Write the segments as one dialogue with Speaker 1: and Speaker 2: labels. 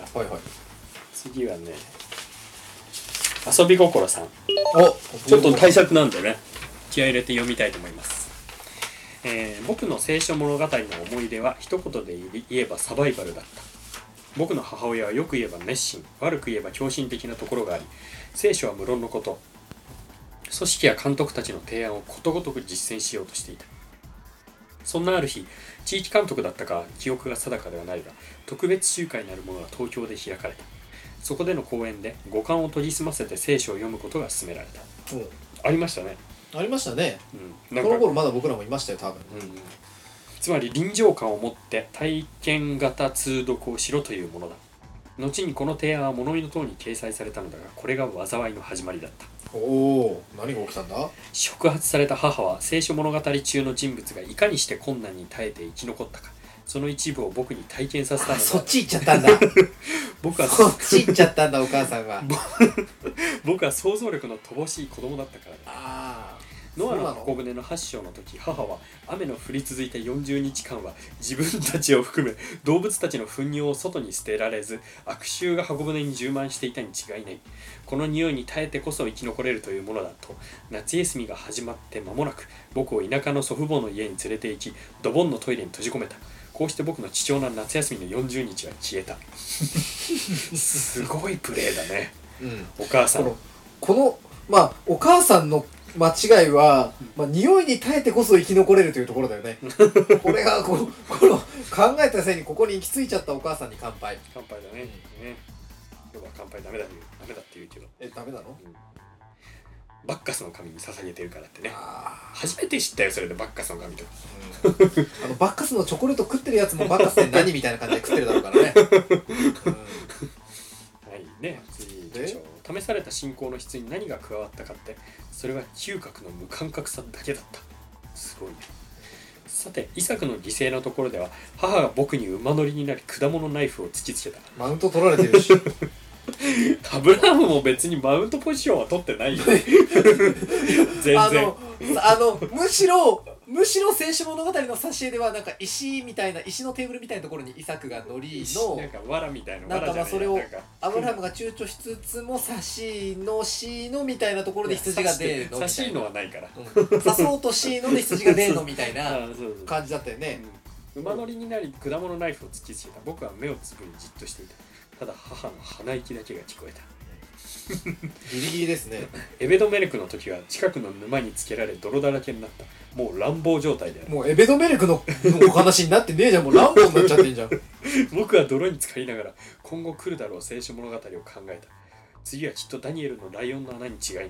Speaker 1: はいはい
Speaker 2: 次はね遊び心さん
Speaker 1: お
Speaker 2: ちょっと対策なんでね気合い入れて読みたいと思います、えー僕の聖書物語の思い出は一言で言えばサバイバルだった僕の母親はよく言えば熱心悪く言えば狂信的なところがあり聖書は無論のこと組織や監督たちの提案をことごとく実践しようとしていたそんなある日地域監督だったか記憶が定かではないが特別集会なるものが東京で開かれたそこでの講演で五感を研ぎ澄ませて聖書を読むことが勧められた
Speaker 1: う
Speaker 2: ありましたね。
Speaker 1: んありましたね
Speaker 2: うん、な
Speaker 1: こ
Speaker 2: ん
Speaker 1: の
Speaker 2: か、
Speaker 1: 頃まだ僕らもいましたよ多分
Speaker 2: うん、つまり臨場感を持って体験型通読をしろというものだ。後にこの提案は物言いの塔に掲載されたのだが、これが災いの始まりだった。
Speaker 1: おおー何が起きたんだ
Speaker 2: 触発された母は聖書物語中の人物がいかにして困難に耐えて生き残ったか。その一部を僕に体験させた
Speaker 1: あ そ
Speaker 2: の
Speaker 1: っ
Speaker 2: だ
Speaker 1: ち行っちゃったんだ
Speaker 2: 僕 は
Speaker 1: そっち行っちゃったんだお母さん が
Speaker 2: 僕は想像力の乏しい子供だったからだ
Speaker 1: あ
Speaker 2: ノア
Speaker 1: そうな
Speaker 2: の
Speaker 1: の
Speaker 2: 箱舟の8章の時母は雨の降り続いた40日間は自分たちを含め動物たちの糞尿を外に捨てられず悪臭が箱舟に充満していたに違いないこの匂いに耐えてこそ生き残れるというものだと夏休みが始まって間もなく僕を田舎の祖父母の家に連れて行きドボンのトイレに閉じ込めたこうして僕の貴重な夏休みの40日は消え たすごいプレーだね
Speaker 1: あうん
Speaker 2: お母さ
Speaker 1: こ
Speaker 2: ん
Speaker 1: のこのまあお母さんの間違いは、まあ、匂いに耐えてこそ生き残れるというところだ よねこれがこのこの考えたせいにここに行き着いちゃったお母さんに乾杯
Speaker 2: 乾杯だね,、ね今日は乾杯ダメだよダメだって言うけど
Speaker 1: えダメなの
Speaker 2: バッカスの神に捧げてるからってね
Speaker 1: あ
Speaker 2: 初めて知ったよそれでバッカスの神とか
Speaker 1: ー、うん、あのバッカスのチョコレート食ってるやつもバッカスって何みたいな感じで食ってるだろう からね、
Speaker 2: はいね次行きましょう試された信仰の質に何が加わったかってそれは嗅覚の無感覚さだけだったすごいねさてイサクの犠牲のところでは母が僕に馬乗りになり果物ナイフを突きつけた
Speaker 1: うんマウント取られてるし
Speaker 2: アブラハムも別にマウントポジションは取ってない よ全
Speaker 1: あ
Speaker 2: 然
Speaker 1: のあのむしろむしろ青春物語の挿絵ではなんか石みたいな石のテーブルみたいなところにイサクが乗りの
Speaker 2: なんか藁みたいな
Speaker 1: なんかま
Speaker 2: 藁
Speaker 1: あ
Speaker 2: じゃない
Speaker 1: それを
Speaker 2: なんか
Speaker 1: アブラハムが躊躇しつつも差しのしのみたいなところで羊が出ーのみ
Speaker 2: 差
Speaker 1: た
Speaker 2: し
Speaker 1: い
Speaker 2: の
Speaker 1: な
Speaker 2: はないから
Speaker 1: うん差そうとしので羊が出ーのみたいな
Speaker 2: あーそうそう
Speaker 1: 感じだったよね
Speaker 2: うん馬乗りになり果物ナイフを突きつけた僕は目をつぶりじっとしていたただ母の鼻息だけが聞こえた
Speaker 1: ギリギリですね
Speaker 2: エベドメレクの時は近くの沼につけられ泥だらけになったもう乱暴状態である
Speaker 1: もうエベドメルクののお話になってねえじゃんもうランボーになっちゃってんじゃん
Speaker 2: 僕は泥に浸かりながら今後来るだろう青春物語を考えた次はきっとダニエルのライオンの穴に違いない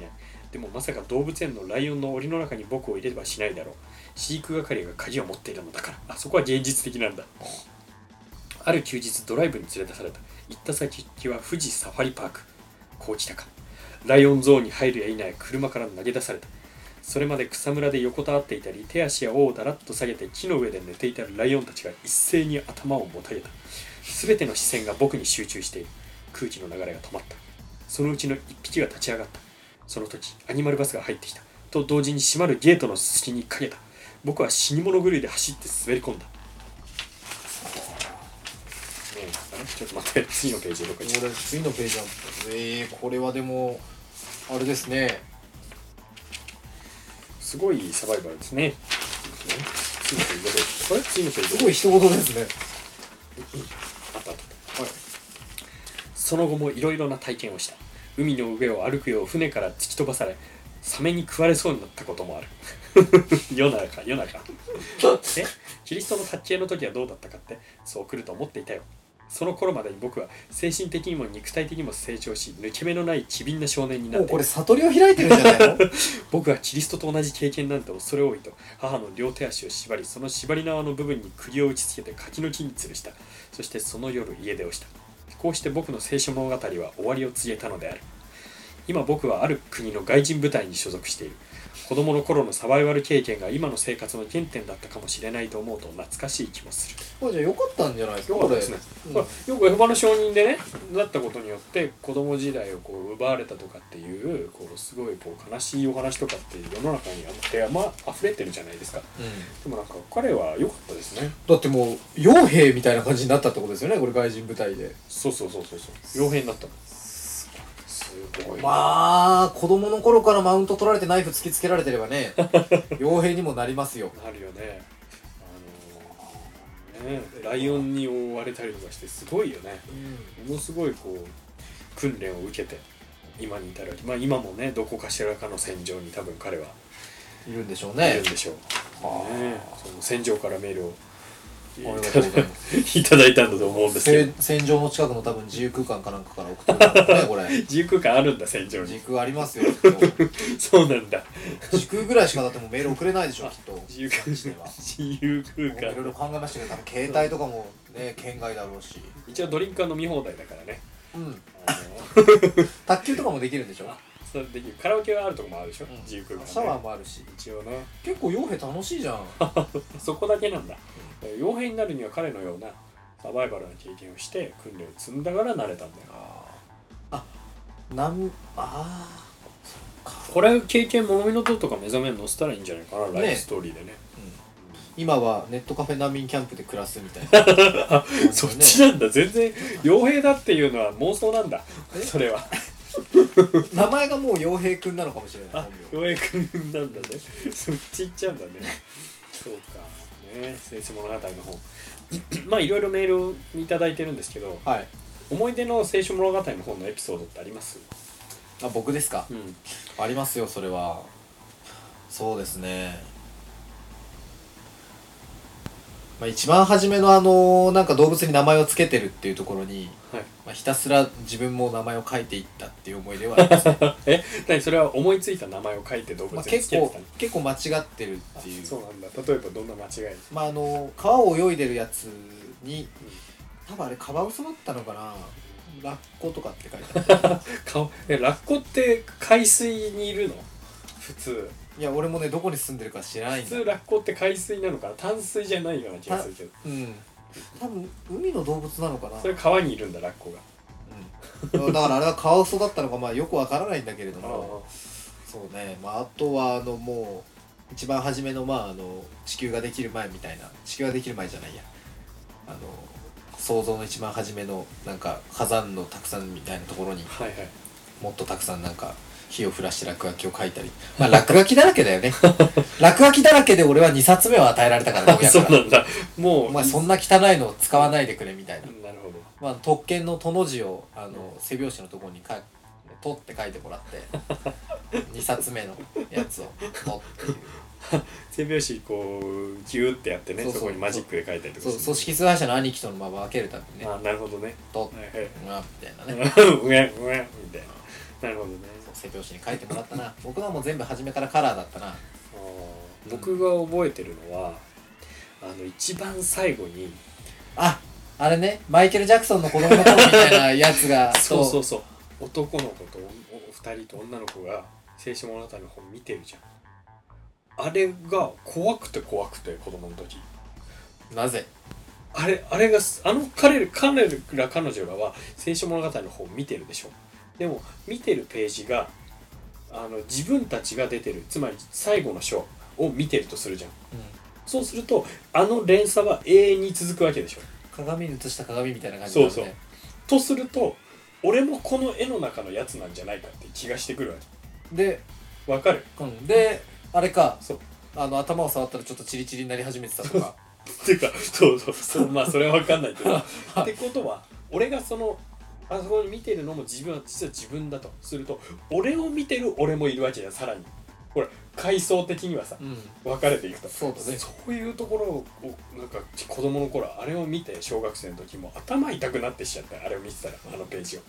Speaker 2: でもまさか動物園のライオンの檻の中に僕を入れればしないだろう飼育係が鍵を持っているのだからあそこは現実的なんだある休日ドライブに連れ出された行った先は富士サファリパークこう来たかライオンゾーンに入るや否や車から投げ出されたそれまで草むらで横たわっていたり手足や尾をだらっと下げて木の上で寝ていたライオンたちが一斉に頭をもたげた全ての視線が僕に集中している空気の流れが止まったそのうちの1匹が立ち上がったその時アニマルバスが入ってきたと同時に閉まるゲートの隙にかけた僕は死に物狂いで走って滑り込んだねえあれちょっと待って次のページどっか行っちゃった
Speaker 1: 俺次のページなんだえー、これはでもあれですね
Speaker 2: すごいサバイバルですね次のページどこ行ったこれ次のページど
Speaker 1: す
Speaker 2: こ
Speaker 1: ごい人事です ね
Speaker 2: あったあった
Speaker 1: はい
Speaker 2: その後もいろいろな体験をした海の上を歩くよう船から突き飛ばされサメに食われそうになったこともある 夜中夜中でキリストの撮影の時はどうだったかってそう来ると思っていたよその頃までに僕は精神的にも肉体的にも成長し抜け目のない機敏な少年になっ
Speaker 1: もう
Speaker 2: てい
Speaker 1: こ
Speaker 2: る
Speaker 1: れ悟りを開いてるんじゃないの
Speaker 2: 僕はキリストと同じ経験なんて恐れ多いと母の両手足を縛りその縛り縄の部分に釘を打ちつけて柿の木に吊るしたそしてその夜家出をしたこうして僕の青春物語は終わりを告げたのである今僕はある国の外人部隊に所属している子供の頃のサバイバル経験が今の生活の原点だったかもしれないと思うと懐かしい気もする
Speaker 1: これじゃあよかったんじゃないです か
Speaker 2: よか
Speaker 1: こ
Speaker 2: った
Speaker 1: れ
Speaker 2: ですね、これよくエホバの証人でねなったことによって子供時代をこう奪われたとかっていうこうすごいこう悲しいお話とかって世の中にあってまあ溢れてるじゃないですか
Speaker 1: うん
Speaker 2: でもなんか彼は良かったですね
Speaker 1: だってもう傭兵みたいな感じになったってことですよねこれ外人部隊で
Speaker 2: そうそうそうそうそう傭兵になったのすごい
Speaker 1: まあ子供の頃からマウント取られてナイフ突きつけられてれ ばね傭兵にもなりますよ
Speaker 2: なるよねあのーねライオンに覆われたりとかしてすごいよねものすごいこう訓練を受けて今に至るわけまあ今もねどこかしらかの戦場に多分彼はい
Speaker 1: るんでしょう
Speaker 2: いる
Speaker 1: ね
Speaker 2: んでしょう、
Speaker 1: あー
Speaker 2: ねその戦場からメールを
Speaker 1: あ
Speaker 2: い
Speaker 1: りが
Speaker 2: た
Speaker 1: と
Speaker 2: だ
Speaker 1: うございます
Speaker 2: いただいたんだと思うんですけど
Speaker 1: せ戦場の近くの多分自由空間かなんかから送ってもらったんですねこれ
Speaker 2: 自由空間あるんだ戦 場
Speaker 1: 時
Speaker 2: に
Speaker 1: 空ありますよきっと
Speaker 2: そうなんだ
Speaker 1: 時空ぐらいしかだってもうメール送れないでしょきっと
Speaker 2: 自由空間
Speaker 1: 自由
Speaker 2: 自由空
Speaker 1: いろ
Speaker 2: 間
Speaker 1: いろ考えましたけど多分携帯とかもね県外だろうし
Speaker 2: 一応ドリンクは飲み放題だからね
Speaker 1: うん
Speaker 2: あの
Speaker 1: 卓球とかもできるんでしょ、
Speaker 2: それできるカラオケはあるとこもあるでしょ、
Speaker 1: うん、
Speaker 2: 自由
Speaker 1: シ
Speaker 2: 空間、ね、
Speaker 1: ャワーもあるし
Speaker 2: 一応ね
Speaker 1: 結構傭兵楽しいじゃん
Speaker 2: そこだけなんだ傭兵になるには彼のようなサバイバルな経験をして訓練を積んだからなれたんだよ
Speaker 1: あなんああ
Speaker 2: これ経験ものみの塔とか目覚めるのしたらいいんじゃないかな、
Speaker 1: ね
Speaker 2: ライフストーリーでね
Speaker 1: 今はネットカフェ難民キャンプで暮らすみたいな、ね、
Speaker 2: そっちなんだ全然傭兵だっていうのは妄想なんだ
Speaker 1: え
Speaker 2: それは
Speaker 1: 名前がもう傭兵くんなのかもしれない
Speaker 2: あ傭兵くんなんだねそっち行っちゃうんだねそうかね聖地物語の方 まあいろいろメールをいただいてるんですけど
Speaker 1: はい
Speaker 2: 思い出の青春物語の本のエピソードってあります
Speaker 1: あ僕ですか
Speaker 2: うん
Speaker 1: ありますよそれはそうですねまあ一番初めのあのなんか動物に名前を付けてるっていうところに、
Speaker 2: はい
Speaker 1: まあ、ひたすら自分も名前を書いていったっていう思い出はあ ります、ね
Speaker 2: え何それは思いついた名前を書いて動物
Speaker 1: まあ
Speaker 2: につ
Speaker 1: 結
Speaker 2: けて
Speaker 1: 構
Speaker 2: たの
Speaker 1: 結構間違ってるっていう
Speaker 2: あそうなんだ例えばどんな間違い
Speaker 1: まああの川を泳いでるやつに
Speaker 2: うん
Speaker 1: 多分あれカワウソだったのかなラッコとかって書 いてある
Speaker 2: 顔えラッコって海水にいるの普通
Speaker 1: いや俺もねどこに住んでるか知らない
Speaker 2: 普
Speaker 1: んだ
Speaker 2: 通ラッコって海水なのかな淡水じゃないような気がするけど
Speaker 1: うん多分海の動物なのかな
Speaker 2: それ川にいるんだラッコが
Speaker 1: うん、だからあれはカワウソだったのかまあよくわからないんだけれど
Speaker 2: あ
Speaker 1: もそうね、まあ、あとはあのもう一番初めの,、まあ、あの地球ができる前みたいな地球ができる前じゃないやあの想像の一番初めのなんか火山のたくさんみたいなところに
Speaker 2: あはいはい
Speaker 1: もっとたくさんなんか火を降らして落書きを書いたり まあ落書きだらけだよね落書きだらけで俺は2冊目を与えられたからね
Speaker 2: あ
Speaker 1: 親
Speaker 2: そう
Speaker 1: か
Speaker 2: な
Speaker 1: ら
Speaker 2: んだもう
Speaker 1: お前そんな汚いのを使わないでくれみたいな
Speaker 2: うんなるほど
Speaker 1: まあ、特権の「と」の字をあの背表紙のところにか「と」って書いてもらって 2冊目のやつを「と」っていう
Speaker 2: 背拍子こうギューってやってね
Speaker 1: そう
Speaker 2: そ
Speaker 1: そう
Speaker 2: こにマジックで書いたりとか
Speaker 1: そう組織
Speaker 2: ね
Speaker 1: 崇拝者の兄貴とのまま分けるためにね
Speaker 2: あなるほどね
Speaker 1: 「と」
Speaker 2: はい はい
Speaker 1: まあみたいなね
Speaker 2: うめうめみたいななるほどね
Speaker 1: そう背表紙に書いてもらったな僕はもう全部初めからカラーだったな
Speaker 2: あー僕が覚えてるのはあの一番最後に
Speaker 1: ああれねマイケル・ジャクソンの子供の頃みたいなやつが
Speaker 2: そうそううそう男の子とおお二人と女の子が青春物語の本見てるじゃんあれが怖くて怖くて子供の時
Speaker 1: なぜ
Speaker 2: あれあれがすあの彼ら彼ら彼女らは青春物語の本見てるでしょでも見てるページがあの自分たちが出てるつまり最後の章を見てるとするじゃんそうするとあの連鎖は永遠に続くわけでしょ
Speaker 1: 鏡に映した鏡みたいな感じなんで
Speaker 2: そうそうとすると俺もこの絵の中のやつなんじゃないかって気がしてくるわ
Speaker 1: で、
Speaker 2: けわかる
Speaker 1: うん、であれか
Speaker 2: そう
Speaker 1: あの頭を触ったらちょっとチリチリになり始めてたとか
Speaker 2: っていうかそうそうそうまあそれは分かんないけど
Speaker 1: はい
Speaker 2: ってことは俺がそのあそこに見てるのも自分は実は自分だとすると俺を見てる俺もいるわけじゃんさらにほら階層的にはさ
Speaker 1: うん
Speaker 2: 分かれていくと
Speaker 1: そうだね
Speaker 2: そういうところをなんか子供の頃あれを見て小学生の時も頭痛くなってしちゃったあれを見てたらあのページを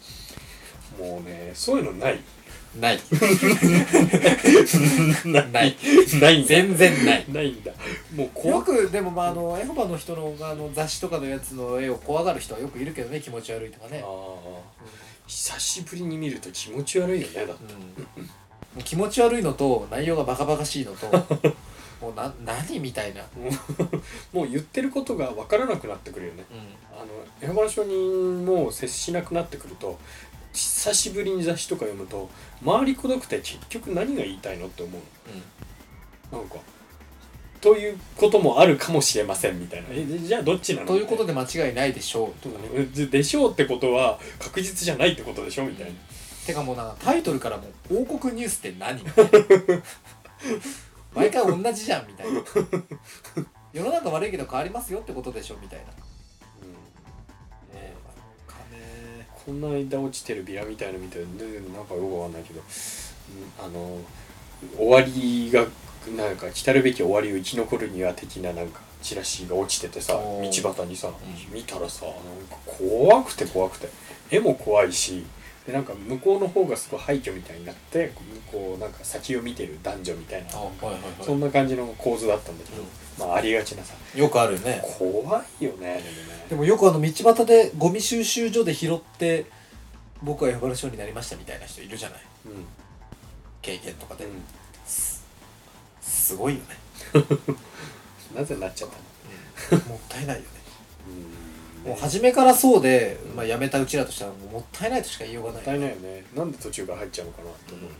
Speaker 2: もうねそういうのない
Speaker 1: ない
Speaker 2: ない
Speaker 1: ない
Speaker 2: ないんだ
Speaker 1: 全然ない
Speaker 2: ないんだもう怖
Speaker 1: よ
Speaker 2: く
Speaker 1: くでもまああのエホバの人のあの雑誌とかのやつの絵を怖がる人はよくいるけどね気持ち悪いとか
Speaker 2: あ
Speaker 1: ね
Speaker 2: あ久しぶりに見ると気持ち悪いよねだって
Speaker 1: うんもう気持ち悪いのと内容がバカバカしいのともうな何みたいな、
Speaker 2: もう言ってることが分からなくなってくるよね
Speaker 1: う
Speaker 2: あの選ばれ証人も接しなくなってくると久しぶりに雑誌とか読むと周りくどくて結局何が言いたいのって思うん
Speaker 1: うん、
Speaker 2: なんかということもあるかもしれませんみたいなえじゃあどっちなの
Speaker 1: ということで間違いないでしょう
Speaker 2: とかねうんででしょうってことは確実じゃないってことでしょみたいな
Speaker 1: てかもうなんかタイトルからもう「王国ニュースって何?」みたいな 毎回同じじゃんみたいな世の中悪いけど変わりますよってことでしょみたいな、
Speaker 2: うんね
Speaker 1: 金
Speaker 2: こんな間落ちてるビラみたいなの見てでなんかよくわかんないけどうんあの終わりがなんか来たるべき終わりを生き残るには的ななんかチラシが落ちててさ道
Speaker 1: おー
Speaker 2: 端にさ、
Speaker 1: ん
Speaker 2: 見たらさなんか怖くて怖くて絵も怖いしでなんか向こうの方がすごい廃墟みたいになって向こうなんか先を見てる男女みたいな
Speaker 1: あはいはいはい
Speaker 2: そんな感じの構図だったんだけど、まあありがちなさ
Speaker 1: よくあるよね
Speaker 2: 怖いよね
Speaker 1: でもよくあの道端でゴミ収集所で拾って僕は呼ばれ症になりましたみたいな人いるじゃない
Speaker 2: でもね
Speaker 1: 経験とか
Speaker 2: う
Speaker 1: で、
Speaker 2: ん、
Speaker 1: すすごいよね、
Speaker 2: うん、なぜなっちゃったの
Speaker 1: もったいない よね
Speaker 2: うん
Speaker 1: もう
Speaker 2: ね
Speaker 1: 初めからそうで、まあ、やめたうちらとしたらもうもったいないとしか言いようが
Speaker 2: も
Speaker 1: な
Speaker 2: っ
Speaker 1: い
Speaker 2: たいないよねなんで途中から入っちゃうのかなって思うね、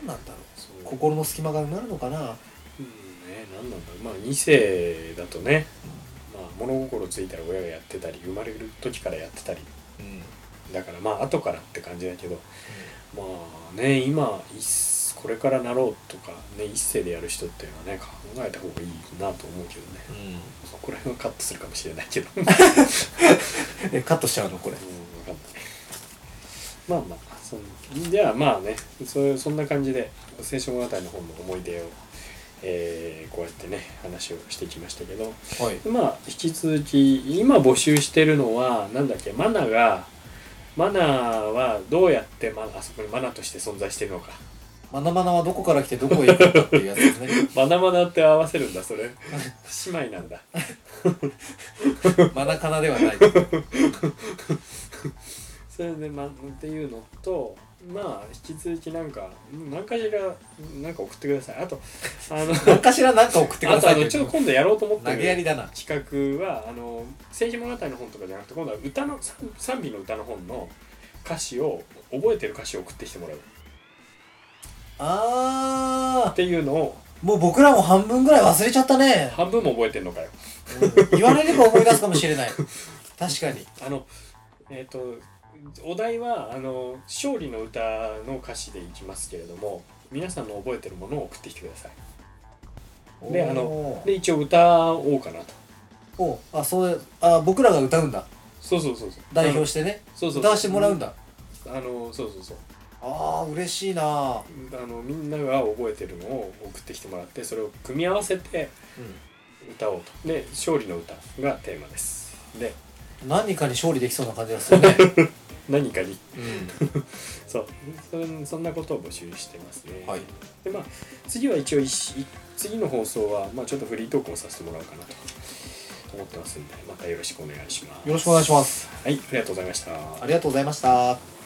Speaker 1: 何なんだろう
Speaker 2: そう
Speaker 1: 心の隙間が埋まるのかな
Speaker 2: うんね何なんだろうまあ2世だとね、まあ、物心ついたら親がやってたり生まれる時からやってたり
Speaker 1: うん
Speaker 2: だからまあ後からって感じだけどまあね今一世これからなろうとかね一世でやる人っていうのはね考えた方がいいなと思うけどねそこら辺はカットするかもしれないけどうんわ
Speaker 1: え カットしちゃうのこれ
Speaker 2: かんないまあまあそのじゃあまあねそうそんな感じで「聖書物語」の方の思い出を、えーこうやってね話をしてきましたけど
Speaker 1: はい
Speaker 2: まあ引き続き今募集してるのはなんだっけマナがマナはどうやってマナあそこにマナとして存在してるのか
Speaker 1: マナマナはどこから来てどこへ行くのかっていうやつですね
Speaker 2: マナマナって合わせるんだそれ 姉妹なんだ
Speaker 1: マナカナではない
Speaker 2: それでまっていうのとまあ引き続きなんかうん何かしらなんか送ってくださいあとあの
Speaker 1: 何かしら何か送ってく
Speaker 2: あ
Speaker 1: だ
Speaker 2: と
Speaker 1: さ
Speaker 2: あ
Speaker 1: い
Speaker 2: のちょっと今度やろうと思って
Speaker 1: 投げやり
Speaker 2: る
Speaker 1: だな
Speaker 2: 企画はあの政治物語の本とかじゃなくて今度は歌の賛賛美の歌の本の歌詞を覚えてる歌詞を送ってきてもらうっ
Speaker 1: あ
Speaker 2: ていうのを
Speaker 1: ーもう僕らも半分ぐらい忘れちゃったね、
Speaker 2: 半分も覚えてんのかよ
Speaker 1: うん言われれば思い出すかもしれない確かに
Speaker 2: あのえっ、とお題はあの「勝利の歌」の歌詞でいきますけれども皆さんの覚えてるものを送ってきてくださいであの
Speaker 1: おー
Speaker 2: で一応歌おうかなと
Speaker 1: おあそうあ僕らが歌うんだ
Speaker 2: そうそうそうそう
Speaker 1: 代表
Speaker 2: し
Speaker 1: してね
Speaker 2: そうそう
Speaker 1: 歌わせてもらうんだ
Speaker 2: あのそうそうそう
Speaker 1: あー嬉しいな
Speaker 2: あのみんなが覚えてるのを送ってきてもらってそれを組み合わせて歌おうとで勝利の歌がテーマですで
Speaker 1: うん、何かに勝利できそうな感じがするね、
Speaker 2: 何かに
Speaker 1: う
Speaker 2: そうそそんなことを募集してますね、
Speaker 1: ん、はい
Speaker 2: でまあ次は一応いし次の放送は、まあ、ちょっとフリートークをさせてもらおうかなと思ってますんでまたよろしくお願いします
Speaker 1: よろしくお願いします
Speaker 2: はいありがとうございました
Speaker 1: ありがとうございました。